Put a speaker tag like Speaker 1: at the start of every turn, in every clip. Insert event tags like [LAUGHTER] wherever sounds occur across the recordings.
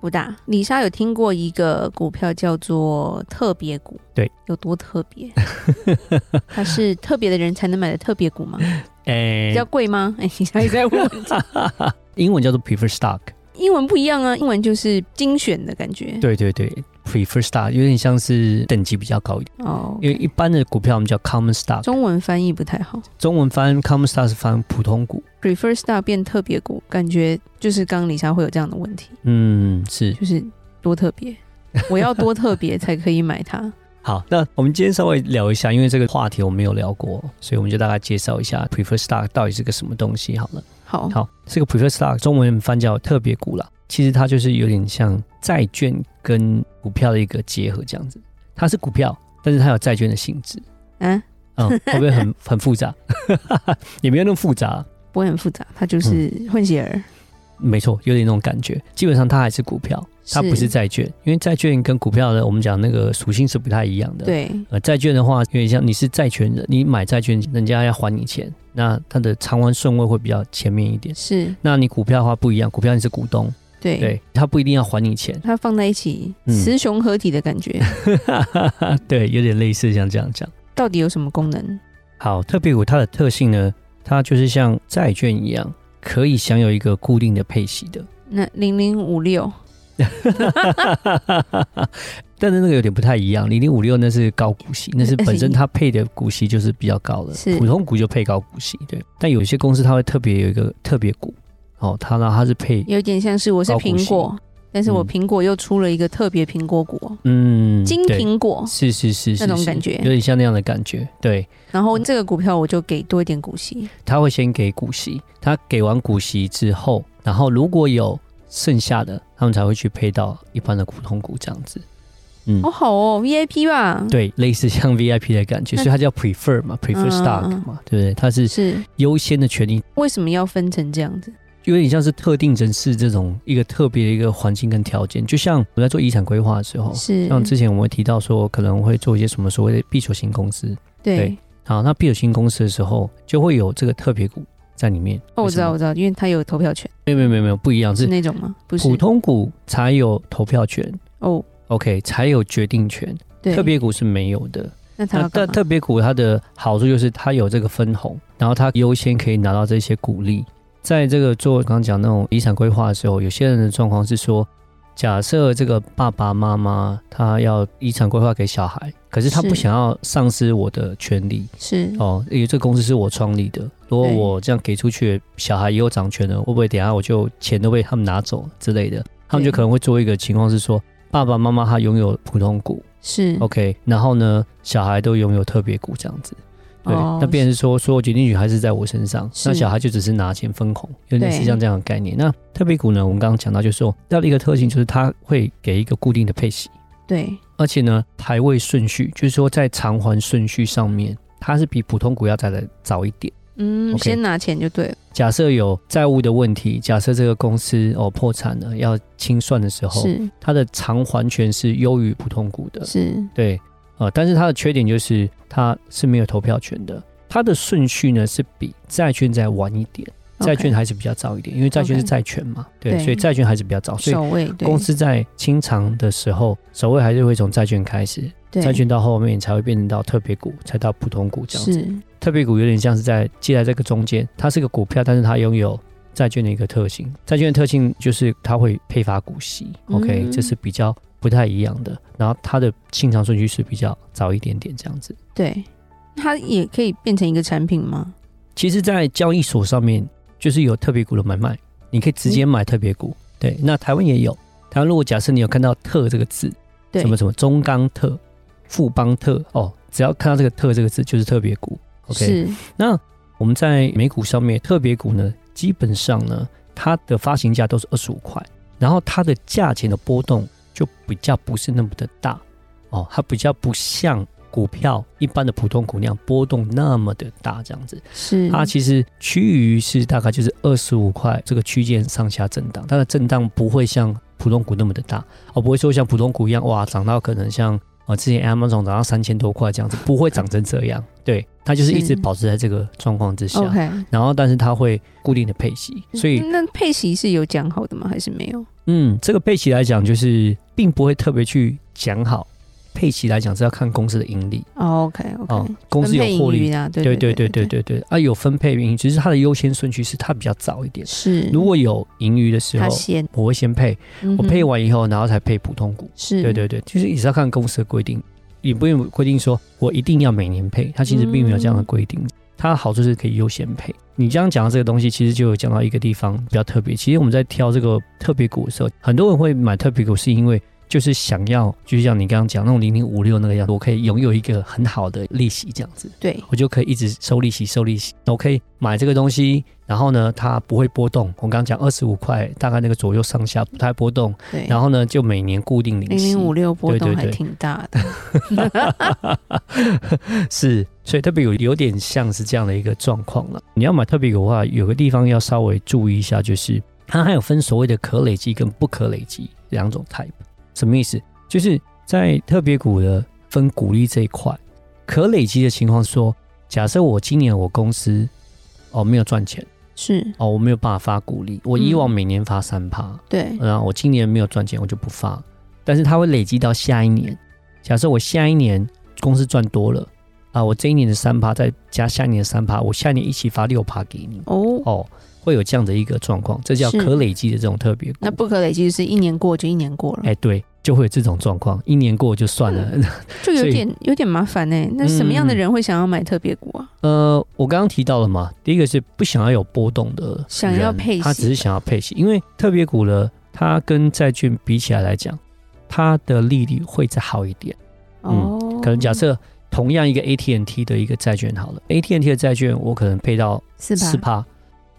Speaker 1: 布大，李莎有听过一个股票叫做特别股，
Speaker 2: 对，
Speaker 1: 有多特别？ [LAUGHS] 它是特别的人才能买的特别
Speaker 2: [LAUGHS]
Speaker 1: 股吗？
Speaker 2: 诶
Speaker 1: 比较贵吗？ [LAUGHS] 哎、李莎也在问。
Speaker 2: [LAUGHS] 英文叫做 prefer stock。
Speaker 1: 英文不一样啊，英文就是精选的感觉。
Speaker 2: 对对对，prefer stock 有点像是等级比较高一点，
Speaker 1: 哦，
Speaker 2: 因为一般的股票我们叫 common stock，
Speaker 1: 中文翻译不太好。
Speaker 2: 中文翻 common stock 是翻普通股。
Speaker 1: prefer star 变特别股，感觉就是刚刚李莎会有这样的问题，
Speaker 2: 嗯，是
Speaker 1: 就是多特别，我要多特别才可以买它。
Speaker 2: 好，那我们今天稍微聊一下，因为这个话题我们没有聊过，所以我们就大概介绍一下 prefer stock 到底是个什么东西好了。
Speaker 1: 好，
Speaker 2: [LAUGHS] 好，这个 prefer stock 中文翻叫特别股啦，其实它就是有点像债券跟股票的一个结合这样子。它是股票，但是它有债券的性质，
Speaker 1: 嗯、啊，
Speaker 2: 嗯，会不会很很复杂？ [LAUGHS] 也没有那么复杂，
Speaker 1: 不会很复杂，它就是
Speaker 2: 嗯
Speaker 1: 混血儿，
Speaker 2: 没错，有点那种感觉。基本上它还是股票，它不是债券，因为债券跟股票的我们讲那个属性是不太一样的。
Speaker 1: 对，
Speaker 2: 呃，债券的话，有点像你是债权人，你买债券，人家要还你钱，那它的偿还顺位会比较前面一点。
Speaker 1: 是，
Speaker 2: 那你股票的话不一样，股票你是股东，
Speaker 1: 对，
Speaker 2: 对，他不一定要还你钱， [LAUGHS]
Speaker 1: 它放在一起，
Speaker 2: 嗯
Speaker 1: 雌雄合体的感觉，
Speaker 2: [LAUGHS] 对，有点类似像这样讲。
Speaker 1: 到底有什么功能？
Speaker 2: 好，特别股它的特性呢，它就是像债券一样，可以享有一个固定的配息的。
Speaker 1: 那零零五六
Speaker 2: [LAUGHS] 但是那个有点不太一样，零零五六那是高股息，那是本身它配的股息就是比较高的
Speaker 1: 嗯是，
Speaker 2: 普通股就配高股息，对。但有些公司它会特别有一个特别股，哦，它呢它是配，
Speaker 1: 有点像是我是
Speaker 2: 高股息
Speaker 1: 苹果，但是我
Speaker 2: 嗯
Speaker 1: 苹果又出了一个特别苹果股哦，
Speaker 2: 嗯，
Speaker 1: 金
Speaker 2: 对，
Speaker 1: 苹果，
Speaker 2: 是是是是
Speaker 1: 那种
Speaker 2: 是
Speaker 1: 感觉
Speaker 2: 有点像那样的感觉，对。
Speaker 1: 然后这个股票我就给多一点股息，
Speaker 2: 他会先给股息，他给完股息之后，然后如果有剩下的，他们才会去配到一般的普通股这样子。嗯，
Speaker 1: 好好哦，VIP 吧，
Speaker 2: 对，类似
Speaker 1: [LAUGHS]
Speaker 2: 像 VIP 的感觉，
Speaker 1: 那
Speaker 2: 所以它叫 prefer 嘛，prefer
Speaker 1: 嗯
Speaker 2: stock
Speaker 1: 嗯
Speaker 2: 嘛，对不对？它是
Speaker 1: 是。
Speaker 2: 优先的权利，
Speaker 1: 为什么要分成这样子？
Speaker 2: 有点像是特定人士这种一个特别的一个环境跟条件。就像我在做遗产规划的时候，
Speaker 1: 是，
Speaker 2: 哦像之前我们会提到说，可能会做一些什么所谓的必求型公司。
Speaker 1: 对
Speaker 2: 对。好，那必求型公司的时候，就会有这个特别股在里面。
Speaker 1: 哦，我
Speaker 2: 为
Speaker 1: 知
Speaker 2: 什么
Speaker 1: 道，我知道，因为他有投票权，
Speaker 2: 没有没有没有没有不一样，是
Speaker 1: 是那种吗？不是
Speaker 2: 普通股才有投票权
Speaker 1: 哦，
Speaker 2: ，OK，才有决定权，
Speaker 1: 对，
Speaker 2: 特别股是没有的。
Speaker 1: 那他
Speaker 2: 那
Speaker 1: 要
Speaker 2: 但
Speaker 1: 干嘛？
Speaker 2: 特别股它的好处就是它有这个分红，然后它优先可以拿到这些股利。在这个做刚刚讲那种遗产规划的时候，有些人的状况是说，假设这个爸爸妈妈他要遗产规划给小孩，可是他
Speaker 1: 是
Speaker 2: 不想要丧失我的权利，
Speaker 1: 是
Speaker 2: 哦，因为这个公司是我创立的，如果
Speaker 1: 对
Speaker 2: 我这样给出去，小孩也有掌权了，会不会等一下我就钱都被他们拿走之类的？他们就
Speaker 1: 对
Speaker 2: 可能会做一个情况是说，爸爸妈妈他拥有普通股
Speaker 1: 是
Speaker 2: ，OK，然后呢，小孩都拥有特别股这样子。对，
Speaker 1: 哦
Speaker 2: 那变成是说，所有决定权还是在我身上，
Speaker 1: 是
Speaker 2: 那小孩就只是拿钱分红，有点是
Speaker 1: 对
Speaker 2: 像这样的概念。那特别股呢，我们刚刚讲到，就是说它的一个特性就是它会给一个固定的配息，
Speaker 1: 对
Speaker 2: 而且呢，排位顺序就是说在偿还顺序上面，它是比普通股要再来早一点。
Speaker 1: 嗯，
Speaker 2: OK
Speaker 1: 先拿钱就对了，
Speaker 2: 假设有债务的问题，假设这个公司哦破产了，要清算的时候，
Speaker 1: 是
Speaker 2: 它的偿还权是优于普通股的，
Speaker 1: 是
Speaker 2: 对，呃，但是它的缺点就是它是没有投票权的，它的顺序呢是比债券再晚一点，债券
Speaker 1: OK，
Speaker 2: 还是比较早一点，因为债券是
Speaker 1: OK
Speaker 2: 债权嘛，对，
Speaker 1: 对
Speaker 2: 所以债券还是比较早，所以
Speaker 1: 首位对
Speaker 2: 公司在清偿的时候，首位还是会从债券开始，
Speaker 1: 对
Speaker 2: 债券到后面才会变成到特别股，才到普通股这样子。
Speaker 1: 是
Speaker 2: 特别股有点像是在介在这个中间，它是个股票，但是它拥有债券的一个特性。债券的特性就是它会配发股息、
Speaker 1: 嗯
Speaker 2: o k 这是比较不太一样的。然后它的清偿顺序是比较早一点点这样子。
Speaker 1: 对，它也可以变成一个产品吗？
Speaker 2: 其实，在交易所上面就是有特别股的买卖，你可以直接买特别股。
Speaker 1: 嗯
Speaker 2: 对，那台湾也有。台湾如果假设你有看到“特”这个字，
Speaker 1: 对
Speaker 2: 什么什么中钢特、富邦特，哦，只要看到这个“特”这个字，就是特别股。OK，
Speaker 1: 是
Speaker 2: 那我们在美股上面，特别股呢，基本上呢，它的发行价都是二十五块，然后它的价钱的波动就比较不是那么的大哦，它比较不像股票一般的普通股那样波动那么的大，这样子。
Speaker 1: 是
Speaker 2: 它其实趋于是大概就是二十五块这个区间上下震荡，它的震荡不会像普通股那么的大，哦，不会说像普通股一样哇涨到可能像呃之前 Amazon 涨到三千多块这样子，不会涨成这样。对，它就是一直
Speaker 1: 是
Speaker 2: 保持在这个状况之下。
Speaker 1: OK，
Speaker 2: 然后，但是它会固定的配息，所以
Speaker 1: 那配息是有讲好的吗？还是没有？
Speaker 2: 嗯，这个配息来讲，就是并不会特别去讲好。配息来讲是要看公司的盈利
Speaker 1: 哦，OK
Speaker 2: 啊、
Speaker 1: OK，
Speaker 2: 公司有获利，
Speaker 1: 啊，对
Speaker 2: 对
Speaker 1: 对
Speaker 2: 对对对对对，啊有分配盈余，只是它的优先顺序是它比较早一点。
Speaker 1: 是。
Speaker 2: 如果有盈余的时候
Speaker 1: 嗯他，先，
Speaker 2: 我会先配，我配
Speaker 1: 嗯哼嗯
Speaker 2: 完以后，然后才配普通股。
Speaker 1: 是，
Speaker 2: 对对对，就是也是要看公司的规定，也不用规定说我一定要每年配，它其实并没有这样的规定。
Speaker 1: 嗯
Speaker 2: 它的好处是可以优先配。你刚刚讲到这个东西，其实就有讲到一个地方比较特别。其实我们在挑这个特别股的时候，很多人会买特别股，是因为就是想要，就是像你刚刚讲那种零零五六那个样子，我可以拥有一个很好的利息这样子。
Speaker 1: 对
Speaker 2: 我就可以一直收利息，收利息。我可以买这个东西，然后呢，它不会波动。我刚刚讲二十五块，大概那个左右上下不太波动。
Speaker 1: 对。
Speaker 2: 然后呢，就每年固定
Speaker 1: 零
Speaker 2: 零息
Speaker 1: 零。五六波
Speaker 2: 对对
Speaker 1: 动还
Speaker 2: 对
Speaker 1: 挺大
Speaker 2: [LAUGHS]
Speaker 1: 的， [LAUGHS]
Speaker 2: 是，所以特别有有点像是这样的一个状况了。你要买特别股的话，有个地方要稍微注意一下，就是它还有分所谓的可累积跟不可累积两种 type。什么意思？就是在特别股的分股利这一块，可累积的情况是说，假设我今年我公司哦没有赚钱。
Speaker 1: 是
Speaker 2: 哦，我没有办法发股利，我以往每年发三趴，
Speaker 1: 对
Speaker 2: 然后我今年没有赚钱，我就不发，但是它会累积到下一年。假设我下一年公司赚多了啊，我这一年的三趴再加下一年的三趴，我下一年一起发六趴给你
Speaker 1: 哦。
Speaker 2: 哦，会有这样的一个状况，这叫
Speaker 1: 是
Speaker 2: 可累积的这种特别股。
Speaker 1: 那不可累积就是一年过就一年过了，
Speaker 2: 哎，对，就会有这种状况，一年过就算了。
Speaker 1: 嗯就有
Speaker 2: 所以嗯
Speaker 1: 点有点麻烦哎。那什么样的人会想要买特别股啊？
Speaker 2: [LAUGHS] 呃，我刚刚提到了嘛，第一个是不想要有波动的人，
Speaker 1: 想要配息
Speaker 2: 他只是想要配息，因为特别股呢，它跟债券比起来来讲，它的利率会再好一点。嗯
Speaker 1: 哦，
Speaker 2: 可能假设同样一个 AT&T 的一个债券好了，AT&T 的债券我可能配到
Speaker 1: 四
Speaker 2: 四趴，
Speaker 1: 吧，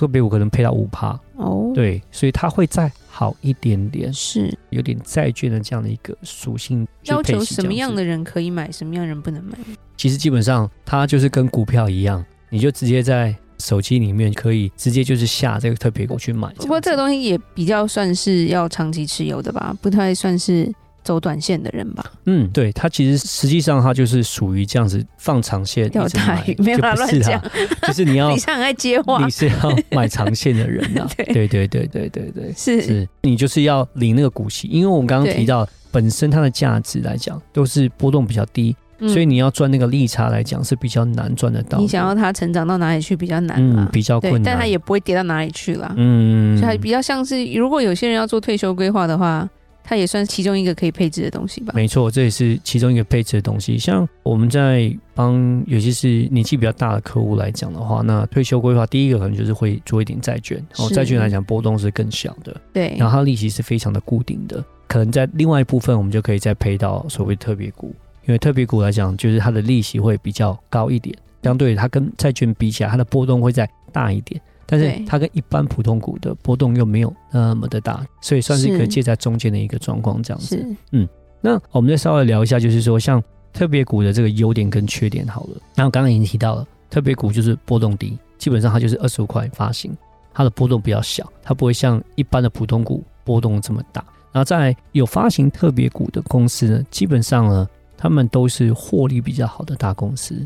Speaker 2: 特别股可能配到五趴，
Speaker 1: 哦，，
Speaker 2: 对，所以它会再好一点点，
Speaker 1: 是
Speaker 2: 有点债券的这样的一个属性。去
Speaker 1: 要
Speaker 2: 配
Speaker 1: 求
Speaker 2: 息这
Speaker 1: 什么样
Speaker 2: 子
Speaker 1: 的人可以买，什么样的人不能买？
Speaker 2: 其实基本上它就是跟股票一样，你就直接在手机里面可以直接就是下这个特别股去买。
Speaker 1: 不过这
Speaker 2: 样
Speaker 1: 个
Speaker 2: 子
Speaker 1: 东西也比较算是要长期持有的吧，不太算是走短线的人吧。
Speaker 2: 嗯，对，它其实实际上它就是属于这样子放长线一直买，
Speaker 1: 钓大鱼没有啦
Speaker 2: 就不是啦，就是你
Speaker 1: [LAUGHS]
Speaker 2: 要
Speaker 1: 李尚很爱接话
Speaker 2: 你，是要买长线的人啊
Speaker 1: [LAUGHS]
Speaker 2: 呐、
Speaker 1: 对
Speaker 2: 对对对对对对，
Speaker 1: 是
Speaker 2: 是你就是要领那个股息，因为我们刚刚
Speaker 1: 对
Speaker 2: 提到本身它的价值来讲都是波动比较低，
Speaker 1: 嗯
Speaker 2: 所以你要赚那个利差来讲是比较难赚得到的。
Speaker 1: 你想要它成长到哪里去比较难
Speaker 2: 嗯
Speaker 1: 啦，
Speaker 2: 比较困
Speaker 1: 对，
Speaker 2: 难，
Speaker 1: 但它也不会跌到哪里去啦。
Speaker 2: 嗯
Speaker 1: 所以它比较像是，如果有些人要做退休规划的话，它也算是其中一个可以配置的东西吧。
Speaker 2: 没错，这也是其中一个配置的东西。像我们在帮，尤其是年纪比较大的客户来讲的话，那退休规划第一个可能就是会做一点债券，哦，
Speaker 1: 是
Speaker 2: 债券来讲波动是更小的，
Speaker 1: 对，
Speaker 2: 然后它利息是非常的固定的。可能在另外一部分，我们就可以再配到所谓特别股，因为特别股来讲，就是它的利息会比较高一点，相对它跟债券比起来，它的波动会再大一点。但是
Speaker 1: 对
Speaker 2: 它跟一般普通股的波动又没有那么的大，所以算是一个
Speaker 1: 是
Speaker 2: 介在中间的一个状况，这样子。
Speaker 1: 是
Speaker 2: 那我们再稍微聊一下，就是说像特别股的这个优点跟缺点好了。那我刚刚已经提到了，特别股就是波动低，基本上它就是二十五块发行，它的波动比较小，它不会像一般的普通股波动这么大。然后再来有发行特别股的公司呢，基本上呢，他们都是获利比较好的大公司，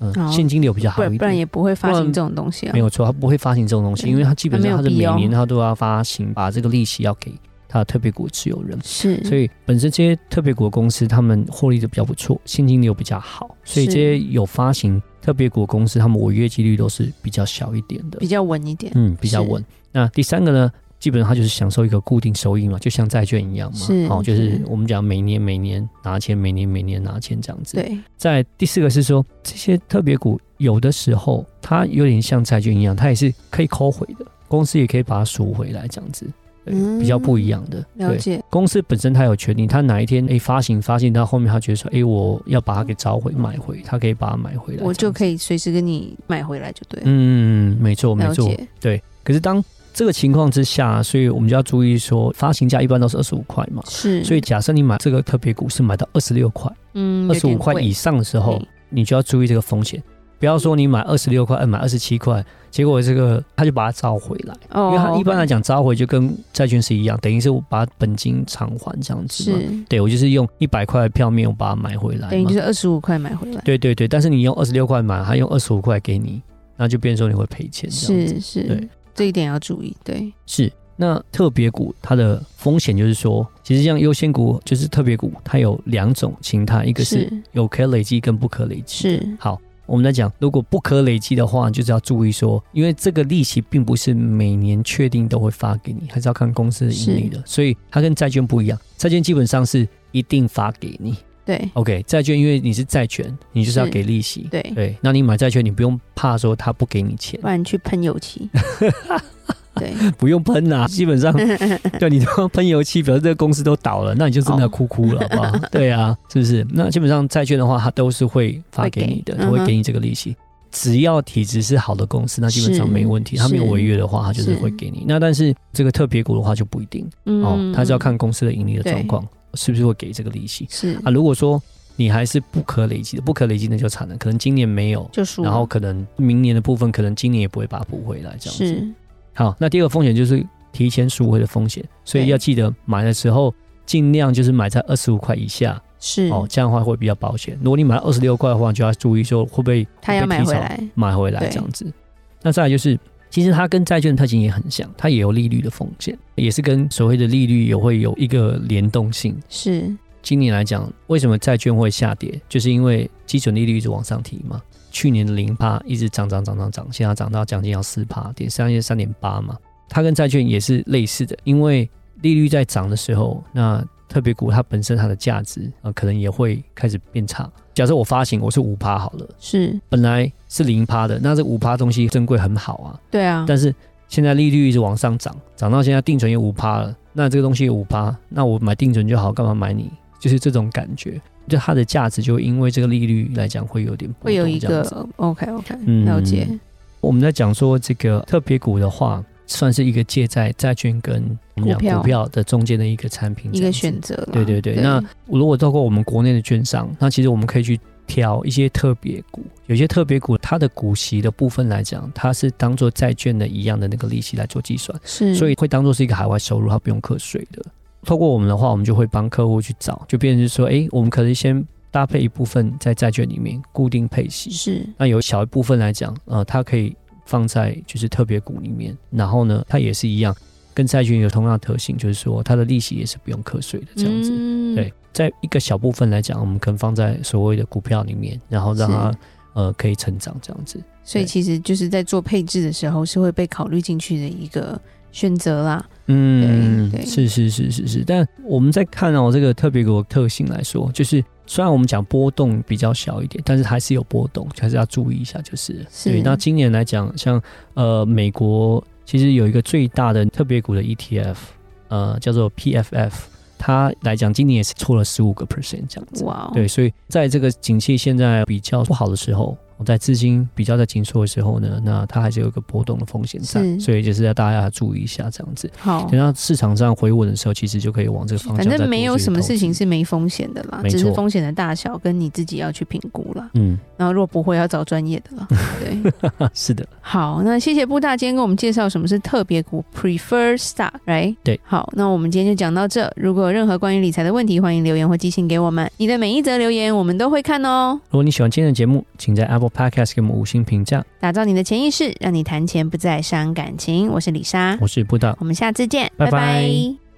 Speaker 2: 嗯、
Speaker 1: 哦
Speaker 2: 现金流比较
Speaker 1: 不
Speaker 2: 好一
Speaker 1: 然
Speaker 2: 点，
Speaker 1: 不然也不会发
Speaker 2: 不然
Speaker 1: 行这种东西啊
Speaker 2: 没。有错，它不会发行这种东西，
Speaker 1: 对
Speaker 2: 因为它基本上它
Speaker 1: 它
Speaker 2: 是
Speaker 1: 没有
Speaker 2: 每
Speaker 1: 必要
Speaker 2: 年它都要发行，把这个利息要给它的特别股持有人。
Speaker 1: 是，
Speaker 2: 所以本身这些特别股的公司，他们获利的比较不错，现金流比较好，所以
Speaker 1: 是
Speaker 2: 这些有发行特别股的公司，他们违约几率都是比较小一点的
Speaker 1: 比，较稳一点。
Speaker 2: 嗯，比较稳。那第三个呢，基本上它就是享受一个固定收益嘛，就像债券一样嘛
Speaker 1: 是，
Speaker 2: 哦，就是
Speaker 1: 是
Speaker 2: 我们讲每年每年拿钱，每年每年拿钱这样子。
Speaker 1: 对，
Speaker 2: 在第四个是说，这些特别股有的时候它有点像债券一样，它也是可以抠回的，公司也可以把它赎回来这样子，对
Speaker 1: 嗯
Speaker 2: 比较不一样的。
Speaker 1: 了
Speaker 2: 对。
Speaker 1: 解。
Speaker 2: 公司本身它有权利，它哪一天诶发行发行到后面，它觉得说诶我要把它给找回买回，它可以把它买回来，
Speaker 1: 我就可
Speaker 2: 以。
Speaker 1: 以随时跟你买回来就对了。
Speaker 2: 嗯，没错没
Speaker 1: 了
Speaker 2: 错，
Speaker 1: 解，
Speaker 2: 对。可是当这个情况之下，所以我们就要注意说，发行价一般都是二十五块嘛，
Speaker 1: 是，
Speaker 2: 所以假设你买这个特别股是买到二十六块、
Speaker 1: 嗯，
Speaker 2: 二
Speaker 1: 有
Speaker 2: 十五
Speaker 1: 点
Speaker 2: 块
Speaker 1: 贵
Speaker 2: 以上的时候
Speaker 1: 嗯，
Speaker 2: 你就要注意这个风险，不要说你买二十六块，呃买二十七块，结果这个他就把它召回来，
Speaker 1: 哦，
Speaker 2: 因为它一般来讲召回就跟债券是一样，等于是我把本金偿还这样子嘛。
Speaker 1: 是
Speaker 2: 对，我就是用一百块的票面，我把它买回来嘛。
Speaker 1: 等于就是二十五块买回来，
Speaker 2: 对对对，但是你用二十六块买，他用二十五块给你，那就变成说你会赔钱这样子。
Speaker 1: 是是
Speaker 2: 对，
Speaker 1: 这一点要注意，对，
Speaker 2: 是，那特别股它的风险就是说，其实像优先股就是特别股，它有两种形态，一个是
Speaker 1: 是
Speaker 2: 有可累积跟不可累积。
Speaker 1: 是
Speaker 2: 好，我们在讲，如果不可累积的话，就是要注意说，因为这个利息并不是每年确定都会发给你，还是要看公司的盈利的，所以它跟债券不一样，债券基本上是一定发给你。
Speaker 1: 对
Speaker 2: OK，债券因为你是债权，你就是要
Speaker 1: 是
Speaker 2: 给利息。
Speaker 1: 对，
Speaker 2: 对，那你买债券，你不用怕说他不给你钱
Speaker 1: [LAUGHS] 不，然去喷油
Speaker 2: [LAUGHS]
Speaker 1: 漆，对，
Speaker 2: 不用喷
Speaker 1: [LAUGHS]
Speaker 2: 啦、基本上对你都要喷油漆，表示这个公司都倒了，那你就
Speaker 1: 哦
Speaker 2: 真的要哭哭了，好
Speaker 1: [LAUGHS]
Speaker 2: 不好？对啊，是不是？那基本上债券的话，它都是会发给你的，
Speaker 1: 会给
Speaker 2: 它会
Speaker 1: 嗯哼
Speaker 2: 给你这个利息。只要体质是好的公司，那基本上
Speaker 1: 是
Speaker 2: 没问题，它没有违约的话，它就是
Speaker 1: 是嗯
Speaker 2: 会给你。那但是这个特别股的话就不一定 [LAUGHS] 哦，它是要看公司的盈利的
Speaker 1: 对
Speaker 2: 状况，是不是会给这个利息
Speaker 1: 是
Speaker 2: 啊？如果说你还是不可累积的，不可累积那就惨了，可能今年没有，
Speaker 1: 就输了，
Speaker 2: 然后可能明年的部分，可能今年也不会把它补回来，这样子。
Speaker 1: 是
Speaker 2: 好，那第二个风险就是提前赎回的风险，所以
Speaker 1: 对
Speaker 2: 要记得买的时候尽量就是买在二十五块以下
Speaker 1: 是
Speaker 2: 哦，这样的话会比较保险。如果你买二十六块的话，就要注意说会不会
Speaker 1: 他要
Speaker 2: 会被
Speaker 1: 买
Speaker 2: 提
Speaker 1: 回
Speaker 2: 早
Speaker 1: 来，
Speaker 2: 买回来
Speaker 1: 对
Speaker 2: 这样子。那再来就是，其实它跟债券的特性也很像，它也有利率的风险，也是跟所谓的利率也会有一个联动性。
Speaker 1: 是
Speaker 2: 今年来讲，为什么债券会下跌，就是因为基准利率一直往上提嘛。去年的零趴一直涨涨涨涨涨，现在涨到将近要四趴，点三三点八嘛。它跟债券也是类似的，因为利率在涨的时候，那特别股它本身它的价值啊、呃可能也会开始变差。假设我发行我是五趴好了，
Speaker 1: 是，
Speaker 2: 本来是零趴的，那这五趴东西珍贵很好啊，
Speaker 1: 对啊，
Speaker 2: 但是现在利率一直往上涨，涨到现在定存也五趴了，那这个东西有五趴，那我买定存就好，干嘛买你？就是这种感觉，就它的价值就因为这个利率来讲会有点波动
Speaker 1: 会有一
Speaker 2: 这样
Speaker 1: 个
Speaker 2: 子
Speaker 1: OK OK
Speaker 2: 嗯
Speaker 1: 了解，
Speaker 2: 我们在讲说这个特别股的话，算是一个借债债券跟我们
Speaker 1: 股
Speaker 2: 讲
Speaker 1: 票
Speaker 2: 股票的中间的一个产品，这
Speaker 1: 一个
Speaker 2: 样子
Speaker 1: 选择啦，
Speaker 2: 对对对，那如果透过我们国内的券商，那其实我们可以去挑一些特别股，有些特别股它的股息的部分来讲，它是当做债券的一样的那个利息来做计算，
Speaker 1: 是，
Speaker 2: 所以会当做是一个海外收入，它不用课税的。透过我们的话，我们就会帮客户去找，就变成是说，诶，我们可能先搭配一部分在债券里面固定配息，
Speaker 1: 是
Speaker 2: 那有小一部分来讲，呃，它可以放在就是特别股里面，然后呢，它也是一样，跟债券有同样的特性，就是说它的利息也是不用课税的这样子。
Speaker 1: 嗯
Speaker 2: 对，在一个小部分来讲，我们可能放在所谓的股票里面，然后让它
Speaker 1: 是
Speaker 2: 呃可以成长这样子。
Speaker 1: 所以
Speaker 2: 对
Speaker 1: 其实就是在做配置的时候是会被考虑进去的一个选择啦。
Speaker 2: 嗯
Speaker 1: 对，对
Speaker 2: 是是是是是。但我们在看哦、这个特别股的特性来说，就是虽然我们讲波动比较小一点，但是还是有波动，还是要注意一下。就是了
Speaker 1: 是
Speaker 2: 对。那今年来讲，像呃美国其实有一个最大的特别股的 ETF，呃叫做 PFF，它来讲今年也是错了十五个 percent 这样子。
Speaker 1: 哇哦，
Speaker 2: 对，所以在这个景气现在比较不好的时候，在资金比较在紧缩的时候呢，那它还是有一个波动的风险在，
Speaker 1: 是
Speaker 2: 所以就是要大家注意一下这样子。
Speaker 1: 好
Speaker 2: 等，到市场上回稳的时候，其实就可以往这个方向
Speaker 1: 哦反
Speaker 2: 再
Speaker 1: 正
Speaker 2: 多
Speaker 1: 没有
Speaker 2: 去
Speaker 1: 什么
Speaker 2: 投
Speaker 1: 事情
Speaker 2: 资
Speaker 1: 是没风险的啦，
Speaker 2: 没
Speaker 1: 只是
Speaker 2: 错
Speaker 1: 风险的大小跟你自己要去评估啦。
Speaker 2: 嗯，啊
Speaker 1: 然后如果不会，要找专业
Speaker 2: [LAUGHS]
Speaker 1: 的啦。对。
Speaker 2: 是的，
Speaker 1: 好，那谢谢布大今天跟我们介绍什么是特别股 （prefer stock），right？
Speaker 2: 对
Speaker 1: 好，那我们今天就讲到这。如果有任何关于理财的问题，欢迎留言或寄信给我们。你的每一则留言我们都会看哦。
Speaker 2: 如果你喜欢今天的节目，请在 Apple Podcast 给我们五星评价。
Speaker 1: 打造你的潜意识，让你谈钱不再伤感情。我是李莎，
Speaker 2: 我是布达，
Speaker 1: 我们下次见，
Speaker 2: 拜拜
Speaker 1: 拜